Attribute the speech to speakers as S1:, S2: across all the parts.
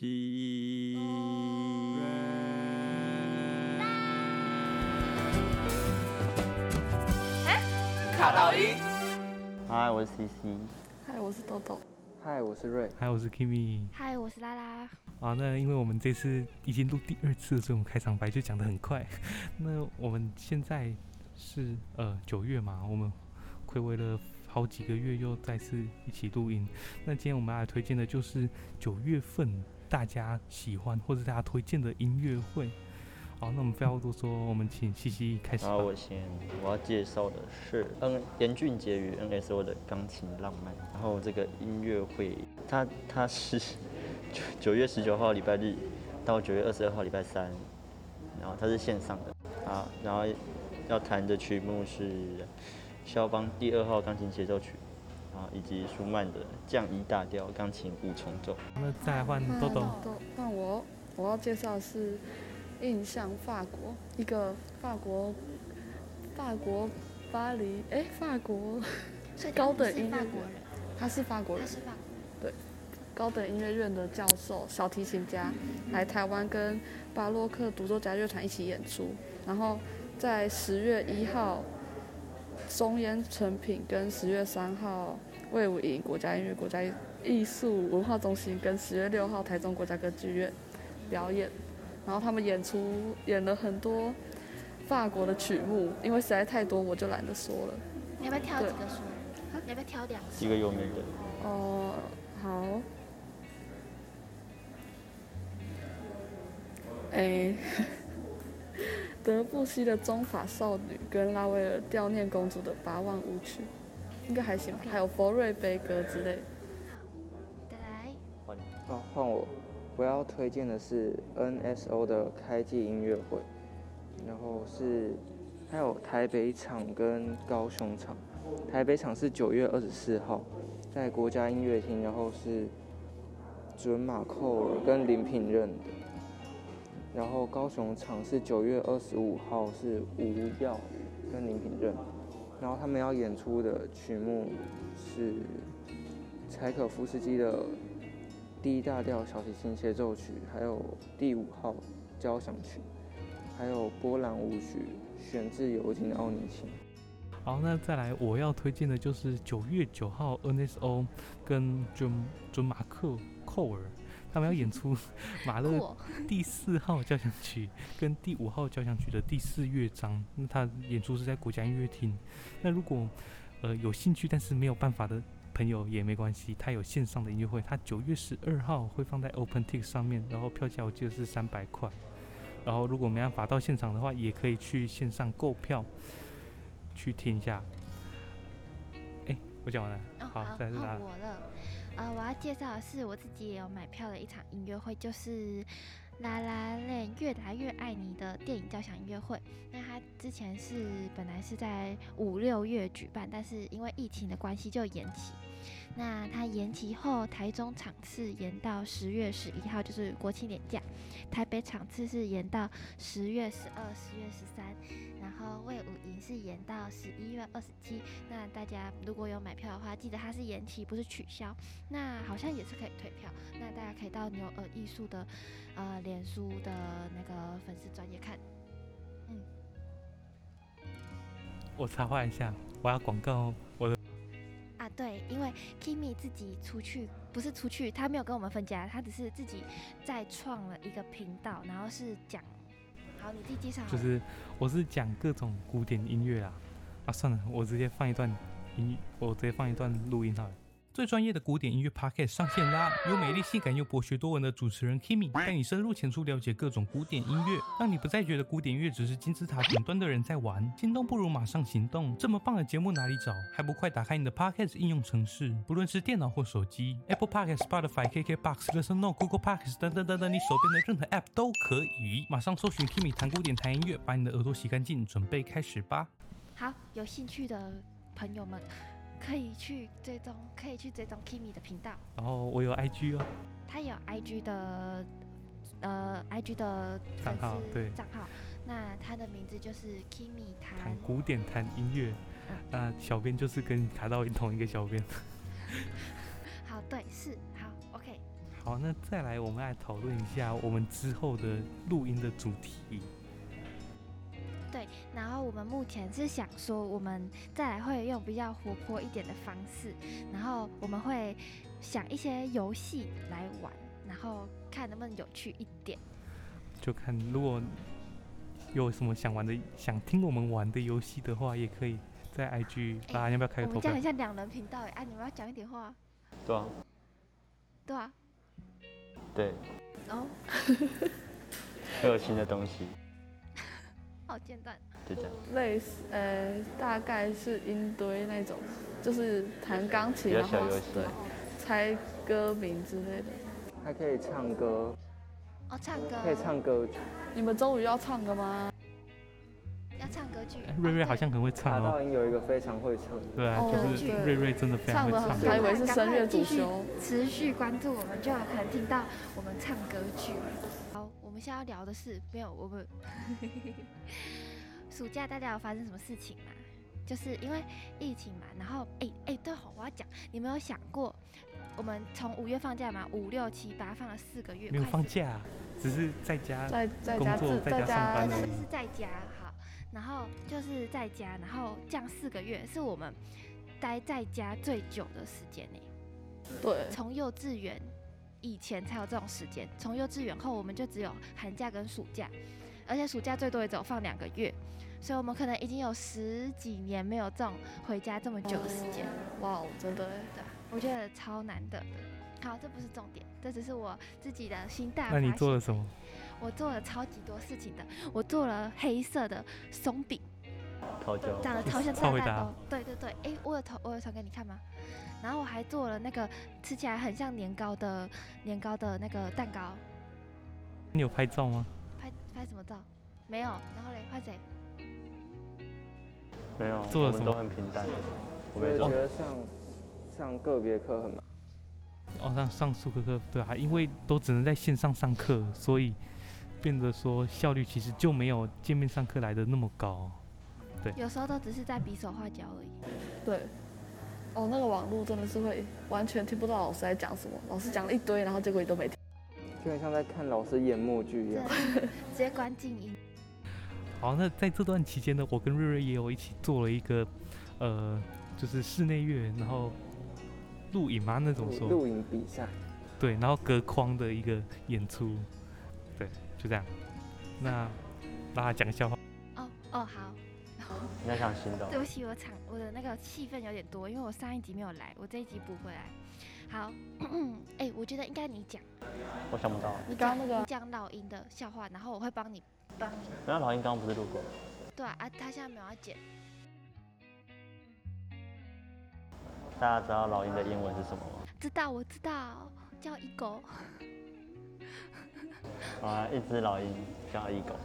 S1: 西。
S2: 卡到音。
S1: 嗨，我是西西。
S3: 嗨，我是豆豆。
S4: 嗨，我是瑞。
S5: 嗨，我是 Kimi。
S6: 嗨，我是拉拉。
S5: 啊，那因为我们这次已经录第二次了，所以我们开场白就讲得很快。 那我们现在是呃九月嘛，我们暌违了好几个月，又再次一起录音。那今天我们要来推荐的就是九月份大家喜欢或者大家推荐的音乐会。好，那我们废话不多说，我们请西西开始吧。
S1: 好，我先，我要介绍的是 N 严俊杰与 NSO 的《钢琴浪漫》，然后这个音乐会，它它是九九月十九号礼拜日到九月二十二号礼拜三，然后它是线上的啊，然后要弹的曲目是肖邦第二号钢琴协奏曲。啊，以及舒曼的降一大调钢琴五重奏。
S5: 那再来换
S6: 嗯
S5: 豆豆。
S3: 嗯豆，那我我要介绍的是印象法国一个法国法国巴黎哎、法国
S6: 所以
S3: 高等
S6: 是
S3: 音乐
S6: 法
S3: 人
S6: 国人，
S3: 他是法国
S6: 他
S3: 人
S6: 是法国
S3: 高等音乐院的教授小提琴家来台湾跟巴洛克独奏家乐团一起演出，然后在十月一号松烟成品跟十月三号魏武营国家音乐国家艺术文化中心跟十月六号台中国家歌剧院表演，然后他们演出演了很多法国的曲目，因为实在太多我就懒得说了。
S6: 你要不要挑几
S3: 对啊
S6: 个说？你要不要挑两个？
S1: 几个有名的，
S3: 哦，好。哎，德布西的《中法少女》跟拉威尔《悼念公主的八万舞曲》，应该还行吧。还有佛瑞悲歌之类的。
S6: 再来，
S1: 换你
S4: 哦，换我。我要推荐的是 NSO 的开季音乐会，然后是还有台北场跟高雄场。台北场是九月二十四号，在国家音乐厅，然后是准马寇尔跟林品任的。然后高雄场是九月二十五号，是吴耀宇跟林品任。然后他们要演出的曲目是柴可夫斯基的第一大调小提琴协奏曲，还有第五号交响曲，还有波兰舞曲，选自尤金奥尼琴。
S5: 好，那再来我要推荐的就是九月九号 NSO 跟准准马克寇尔他们要演出 马
S6: 酷
S5: 勒
S6: 哦
S5: 第四号交响曲跟第五号交响曲的第四乐章。那他演出是在国家音乐厅。那如果呃有兴趣但是没有办法的朋友也没关系，他有线上的音乐会，他九月十二号会放在 OpenTix 上面，然后票价我记得是三百块。然后如果没办法到现场的话，也可以去线上购票去听一下。哎，我讲完了，
S6: 哦，
S5: 好，再来是
S6: 好
S5: 他。
S6: 我了。呃，我要介绍的是我自己也有买票的一场音乐会，就是《拉拉链越来越爱你》的电影交响音乐会。那它之前是本来是在五六月举办，但是因为疫情的关系就延期。那它延期后，台中场次延到十月十一号，就是国庆年假；台北场次是延到十月十二、十月十三，然后魏武营是延到十一月二十七。那大家如果有买票的话，记得它是延期，不是取消。那好像也是可以退票，那大家可以到牛耳艺术的呃脸书的那个粉丝专业看。
S5: 我插话一下，我要广告哦我的
S6: 啊，对，因为 Kimi 自己出去，不是出去，他没有跟我们分家，他只是自己再创了一个频道，然后是讲，好，你自己介绍好了。
S5: 就是我是讲各种古典音乐啦。啊，算了，我直接放一段音，我直接放一段录音好了。最专业的古典音乐 Podcast 上线啦！有美丽、性感又博学多闻的主持人 Kimi 带你深入浅出了解各种古典音乐，让你不再觉得古典乐只是金字塔顶端的人在玩。心动不如马上行动！这么棒的节目哪里找？还不快打开你的 Podcast 应用程式，不论是电脑或手机，Apple Podcast、Spotify、KKBox、Listen Note、Google Podcast 等等等等，你手边的任何 App 都可以。马上搜寻 Kimi 谈古典、谈音乐，把你的耳朵洗干净，准备开始吧！
S6: 好，有兴趣的朋友们可以去追踪，可以去追踪 Kimi 的频道。
S5: 然后我有 IG 哦。
S6: 他有 IG 的呃 IG 的
S5: 账号
S6: 粉丝
S5: 对
S6: 账号，那他的名字就是 Kimi
S5: 谈
S6: 谈。
S5: 古典、谈音乐。那小编就是跟卡道云同一个小编。
S6: 好，对，是好，OK。
S5: 好，那再来我们来讨论一下我们之后的录音的主题。
S6: 对，然后我们目前是想说，我们再来会用比较活泼一点的方式，然后我们会想一些游戏来玩，然后看能不能有趣一点。
S5: 就看如果有什么想玩的、想听我们玩的游戏的话，也可以在 IG
S6: 哎
S5: 大家要不要开
S6: 我
S5: 个投
S6: 们这样很？
S5: 票
S6: 像两人频道哎，啊，你们要讲一点话，
S1: 对啊，
S6: 对啊，
S1: 对，
S6: 然后
S1: 会有新的东西，
S6: 好哦简单，
S1: 就这样，
S3: 类似呃，大概是音堆那种，就是弹钢
S1: 比
S3: 琴，
S1: 较
S3: 然
S1: 小
S3: 后
S1: 游戏。
S3: 对猜歌名之类的。
S4: 还可以唱歌，
S6: 哦，唱歌，
S4: 可以唱歌曲，
S3: 你们终于要唱歌吗？
S6: 要唱歌剧
S5: 哎。瑞瑞
S6: 哦
S5: 好像很会
S4: 大
S5: 唱哦
S4: 道，音有一个非常会唱的。
S5: 对啊，
S3: 哦
S5: 就是
S3: 对
S5: 瑞瑞真的非常
S3: 唱
S5: 会
S3: 得
S5: 唱
S3: 很
S6: 对
S3: 还
S5: 歌
S3: 以。为是
S6: 赶快
S3: 声乐主
S6: 继续
S3: 修
S6: 持续关注我们，就有可能听到我们唱歌剧。好，我们现在要聊的是没有我们 暑假大家有发生什么事情吗？就是因为疫情嘛，然后哎哎、对好，我要讲，你没有想过，我们从五月放假嘛，五六七八放了四个月，
S5: 没有
S6: 快
S5: 放
S6: 四
S5: 假啊，只是在家。
S3: 在在家
S5: 工作
S3: 自
S5: 在家上班
S3: 家
S5: 呢
S6: 对对，是在家好，然后就是在家，然后这样四个月是我们待在家最久的时间呢、
S3: 对
S6: 从幼稚园以前才有这种时间，从幼稚园后我们就只有寒假跟暑假，而且暑假最多也只有放两个月，所以我们可能已经有十几年没有这种回家这么久的时间，
S3: 哇哦，真的耶
S6: 对，我觉得超难得的。好，这不是重点，这只是我自己的心大发
S5: 那
S6: 现。
S5: 你做了什么？
S6: 我做了超级多事情的，我做了黑色的松饼，
S1: 泡椒，
S6: 长得超像
S5: 超
S6: 炸
S5: 会
S6: 弹
S5: 搭
S6: 哦。对对对，诶，我有投，我有传给你看吗？然后我还做了那个吃起来很像年糕的年糕的那个蛋糕，
S5: 你有拍照吗？
S6: 拍拍什么照？没有。然后嘞，换谁？
S1: 没有，
S5: 做了
S1: 我
S5: 什
S1: 们
S5: 么
S1: 都很平淡，我
S4: 我也
S1: 没
S4: 觉
S1: 做，
S4: 得上上个别课很忙，
S5: 哦，上上数科课对啊，因为都只能在线上上课，所以变得说效率其实就没有见面上课来的那么高。
S6: 有时候都只是在比手画脚而已。
S3: 对。哦，那个网络真的是会完全听不到老师在讲什么，老师讲了一堆，然后结果你都没 听。
S4: 就很像在看老师演默剧一样。
S6: 这直接关静音。
S5: 好，那在这段期间呢，我跟瑞瑞也有一起做了一个，呃，就是室内乐，然后录影吗？那种说
S4: 录影比赛，
S5: 对，然后隔框的一个演出，对，就这样。那大家讲个笑话，
S6: 哦哦，好，
S1: 你在想新的
S6: 对
S1: 哦，
S6: 不起，我场我的那个气氛有点多，因为我上一集没有来，我这一集补回来。好， 哎、我觉得应该你讲，
S1: 我想不到。
S6: 你
S3: 刚
S6: 讲
S3: 刚那个
S6: 你讲老鹰的笑话，然后我会帮你帮你。
S1: 那老鹰刚刚不是路过？
S6: 对啊，啊他现在没有要剪。
S1: 大家知道老鹰的英文是什么吗？
S6: 知道，我知道，叫一狗。
S1: 啊，一只老鹰叫一狗，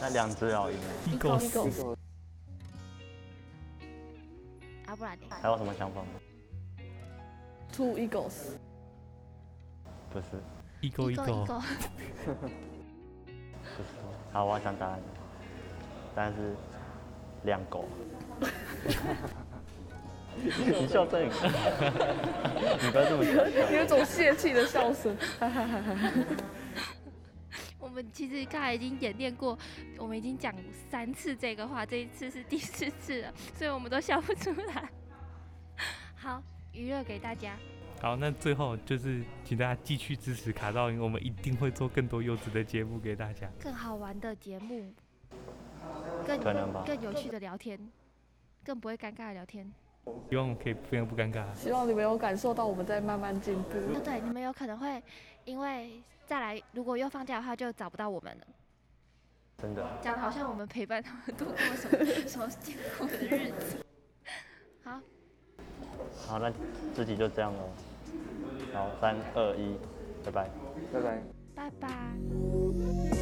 S1: 那两只老鹰，
S5: 一
S3: 一口
S5: 狗
S3: 一口
S4: 一个
S6: 啊，不然呢？
S1: 还有什么想法吗？
S3: Two Eagles，
S1: 不是，
S5: 一狗一
S6: 一
S5: 狗，
S6: 狗。
S1: 不是。好，我要讲答案，答案是两狗。你笑这里，你不要这么啊笑。
S3: 有一种泄气的笑声。
S6: 我们其实刚才已经演练过，我们已经讲三次这个话，这一次是第四次了，所以我们都笑不出来。 好，娱乐给大家。
S5: 好，那最后就是请大家继续支持卡道因，我们一定会做更多优质的节目给大家。
S6: 更好玩的节目，更
S1: 可能吧
S6: 更更有趣的聊天，更不会尴尬的聊天。
S5: 希望我们可以变得不尴尬。
S3: 希望你们有感受到我们在慢慢进步。
S6: 哦，对，你们有可能会因为再来，如果又放假的话，就找不到我们了。
S1: 真的，
S6: 讲的好像我们陪伴他们度过什么 什么艰苦的日子。好，
S1: 好，那自己就这样了。好，三二一，拜拜。
S4: 拜拜。
S1: 拜
S6: 拜拜。
S1: 拜。